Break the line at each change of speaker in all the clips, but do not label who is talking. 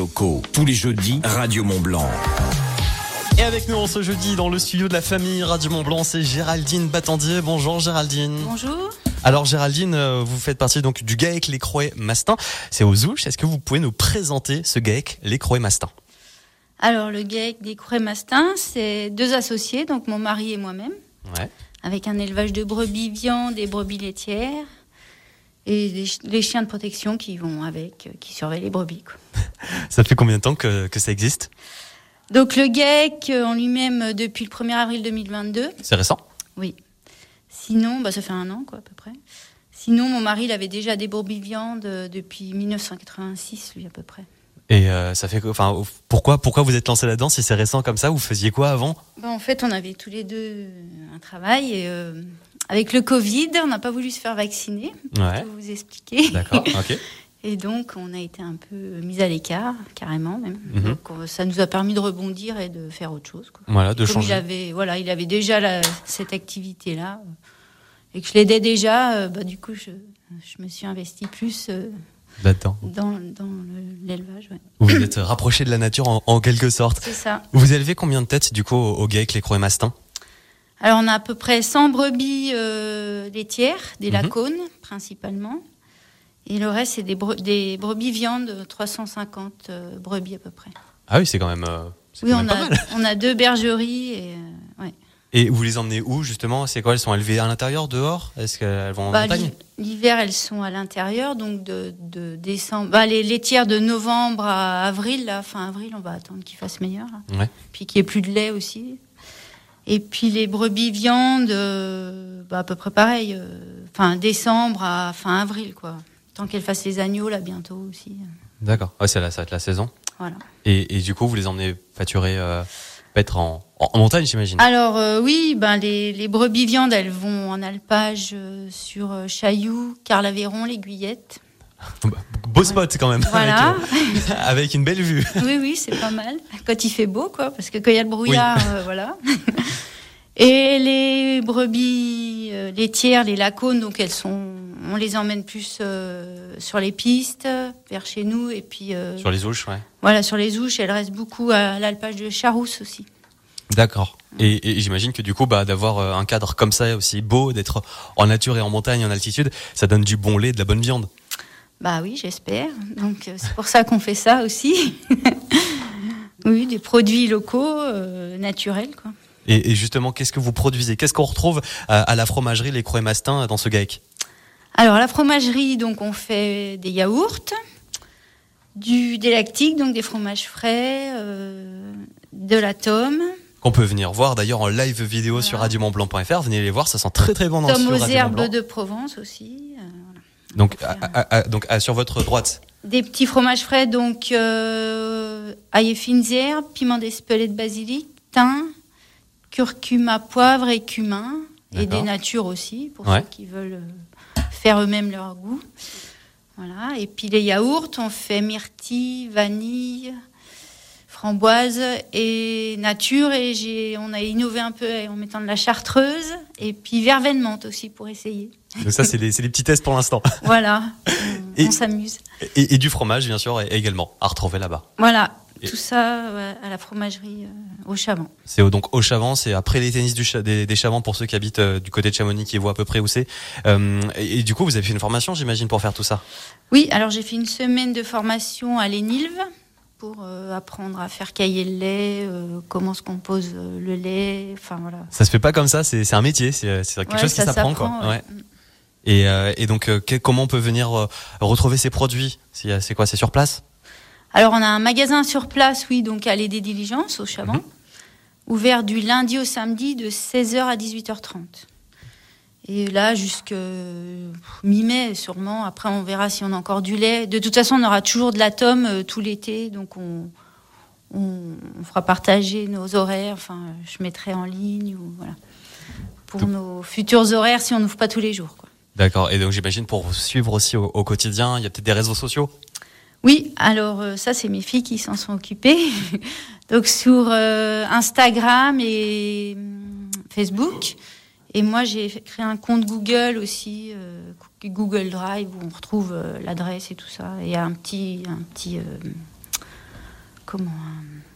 locaux. Tous les jeudis, Radio Mont Blanc.
Et avec nous en ce jeudi dans le studio de la famille Radio Mont Blanc, c'est Géraldine Battendier. Bonjour Géraldine.
Bonjour.
Alors Géraldine, euh, vous faites partie donc du GAEC Les Croix Mastin. C'est aux Ouches. Est-ce que vous pouvez nous présenter ce GAEC Les Croix Mastin
Alors, le GAEC des Croix-Mastin, c'est deux associés, donc mon mari et moi-même,
Ouais.
avec un élevage de brebis viande et brebis laitières et des ch- les chiens de protection qui vont avec, euh, qui surveillent les brebis. quoi.
Ça fait combien de temps que, que ça existe
Donc, le GAEC euh, en lui-même euh, depuis le 1er avril 2022.
C'est récent.
Sinon, bah, ça fait un an, quoi, à peu près. Sinon, mon mari, il avait déjà des brebis viande euh, depuis 1986, lui, à peu près.
Et euh, ça fait quoi- enfin pourquoi pourquoi vous êtes lancé là-dedans si c'est récent comme ça Vous faisiez quoi avant
Bah, en fait, on avait tous les deux euh, un travail. Et, euh, avec le Covid, on n'a pas voulu se faire vacciner.
Ouais.
pour vous expliquer.
D'accord. Ok.
Et donc, on a été un peu mis à l'écart, carrément même.
Mhm.
Donc, on- ça nous a permis de rebondir et de faire autre chose. quoi.
Voilà, de
Comme il
changer.
avait, voilà, il avait déjà la- cette activité-là euh, et que je l'aidais déjà, euh, bah, du coup, je, je me suis investie plus euh,
Là-dedans.
dans, dans le- l'élevage. ouais.
Vous vous êtes rapproché de la nature en, en quelque sorte.
C'est ça.
Vous élevez combien de têtes du coup au, au GAEC Les Croix Mastin
Alors, on a à peu près 100 brebis euh, laitières, des
Mhm.
lacones principalement. Et le reste, c'est des, bre- des brebis viande, 350 euh, brebis à peu près.
Ah oui, c'est quand même. euh, c'est
Oui,
quand
on
même pas
a,
mal.
on a deux bergeries. Et, euh, ouais.
Et vous les emmenez où justement C'est quoi Elles sont élevées à l'intérieur, dehors Est-ce qu'elles vont en
Bah,
montagne
l'hi- L'hiver, elles sont à l'intérieur, donc de, de décembre. Bah, les laitières de novembre à avril, là, fin avril, on va attendre qu'il fasse meilleur. là.
Ouais.
Puis qu'il n'y ait plus de lait aussi. Et puis les brebis viande, euh, bah, à peu près pareil, euh, fin décembre à fin avril, quoi. Tant qu'elles fassent les agneaux, là, bientôt aussi. euh,
D'accord. Ouais, c'est là, ça va être la saison.
Voilà.
Et, et du coup, vous les emmenez pâturer, euh, peut-être en, en- en montagne, j'imagine.
Alors euh, oui, ben les, les brebis viandes, elles vont en alpage euh, sur euh, Chailloux, Carlaveyron, l'Aiguillette.
Bah, Beau spot quand même.
Voilà.
Avec, euh, avec une belle vue.
Oui, oui, c'est pas mal. Quand il fait beau, quoi, parce que quand il y a le brouillard, euh, voilà. Et les brebis euh, laitières, les lacones, donc elles sont, on les emmène plus euh, sur les pistes, vers chez nous, et puis euh,
Sur les ouches, ouais.
voilà sur les ouches, elles restent beaucoup à l'alpage de Charousse aussi.
D'accord. Et, et j'imagine que du coup, bah, d'avoir euh, un cadre comme ça aussi beau, d'être en nature et en montagne, en altitude, ça donne du bon lait, de la bonne viande.
Bah oui, j'espère. Donc euh, c'est pour ça qu'on fait ça aussi. oui, des produits locaux, euh, naturels, quoi.
Et, et justement, qu'est-ce que vous produisez Qu'est-ce qu'on retrouve à, à la fromagerie Les Croix et Mastin dans ce GAEC
Alors la fromagerie, donc on fait des yaourts, du des lactiques, donc des fromages frais, euh, de la tome,
qu'on peut venir voir d'ailleurs en live vidéo
Voilà.
sur radiomontblanc.fr. Venez les voir, ça sent très très bon dans le
tome
studio
aux
Radio Mont Blanc.
herbes de Provence aussi. euh, voilà.
Donc, à- à- à- donc à- sur votre droite,
Des petits fromages frais, donc euh, ail et fines herbes, piment d'espelette basilic, thym, curcuma, poivre et cumin, et
D'accord.
des natures aussi, pour
Ouais.
ceux qui veulent euh, faire eux-mêmes leur goût. Voilà. Et puis les yaourts, on fait myrtille, vanille, framboise et nature. Et j'ai, on a innové un peu en mettant de la chartreuse et puis verveine menthe aussi pour essayer.
donc ça c'est les, c'est les petits tests pour l'instant.
Voilà, on-
Et-
on s'amuse.
Et, et du fromage bien sûr et- également à retrouver là-bas.
Voilà,
Et-
tout ça ouais, à la fromagerie euh, au Chavant.
C'est au- donc au Chavant, c'est après les tennis du Cha- des, des Chavants pour ceux qui habitent euh, du côté de Chamonix qui voient à peu près où c'est. Euh, et, et du coup vous avez fait une formation j'imagine pour faire tout ça.
Oui, alors j'ai fait une semaine de formation à l'Enilve pour euh, apprendre à faire cailler le lait, euh, comment se compose euh, le lait, enfin voilà.
Ça se fait pas comme ça, c'est c'est un métier, c'est c'est quelque
Ouais,
chose qui
ça
s'apprend quoi.
s'apprend, ouais.
Ouais. Et, euh, et donc euh, que- comment on peut venir euh, retrouver ces produits Si, euh, C'est quoi C'est sur place
Alors on a un magasin sur place, oui, donc à l'Allée des Diligences au Chavant, ouvert du lundi au samedi de 16h à 18h30. Et là, jusque euh, mi-mai sûrement. Après, on verra si on a encore du lait. De toute façon, on aura toujours de la tome euh, tout l'été, donc on, on, on fera partager nos horaires. Enfin, euh, je mettrai en ligne ou voilà pour
Tout-
nos futurs horaires si on n'ouvre pas tous les jours. Quoi.
D'accord. Et donc j'imagine pour vous suivre aussi au, au quotidien, il y a peut-être des réseaux sociaux.
Oui, alors euh, ça, c'est mes filles qui s'en sont occupées. Donc sur euh, Instagram et hum, Facebook. Et moi, j'ai fait- créé un compte Google aussi, euh, Google Drive, où on retrouve euh, l'adresse et tout ça. Et un petit, un petit euh, comment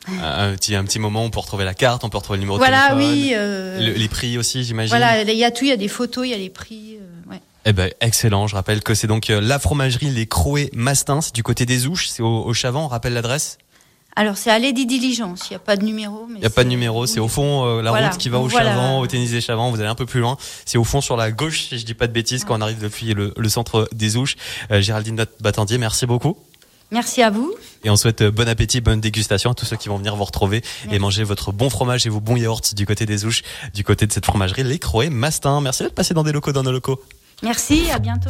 Un, un petit, un petit moment, on peut retrouver la carte, on peut retrouver le numéro
Voilà,
de téléphone.
oui. euh,
le- les prix aussi, j'imagine.
voilà, il y a tout, il y a des photos, il y a les prix. euh, ouais.
Eh ben, excellent. Je rappelle que c'est donc euh, la fromagerie Les Croés Mastin. C'est du côté des Ouches. C'est au, au Chavant. On rappelle l'adresse.
Alors, c'est allée des diligences. Il n'y a pas de numéro.
Il n'y a pas de numéro. C'est au fond, euh, la
Voilà.
route qui va au
Voilà.
Chavant, au tennis des Chavants. Vous allez un peu plus loin. C'est au fond sur la gauche, si je dis pas de
Ah.
bêtises, quand on arrive depuis le, le centre des Ouches. Euh, Géraldine Bat- Battendier, merci beaucoup.
Merci à vous.
Et on souhaite euh, bon appétit, bonne dégustation à tous ceux qui vont venir vous retrouver et
Merci.
manger votre bon fromage et vos bons yaourts du côté des Ouches, du côté de cette fromagerie Les Croés Mastin. Merci d'être passé dans des locaux, dans nos locaux.
Merci, à bientôt.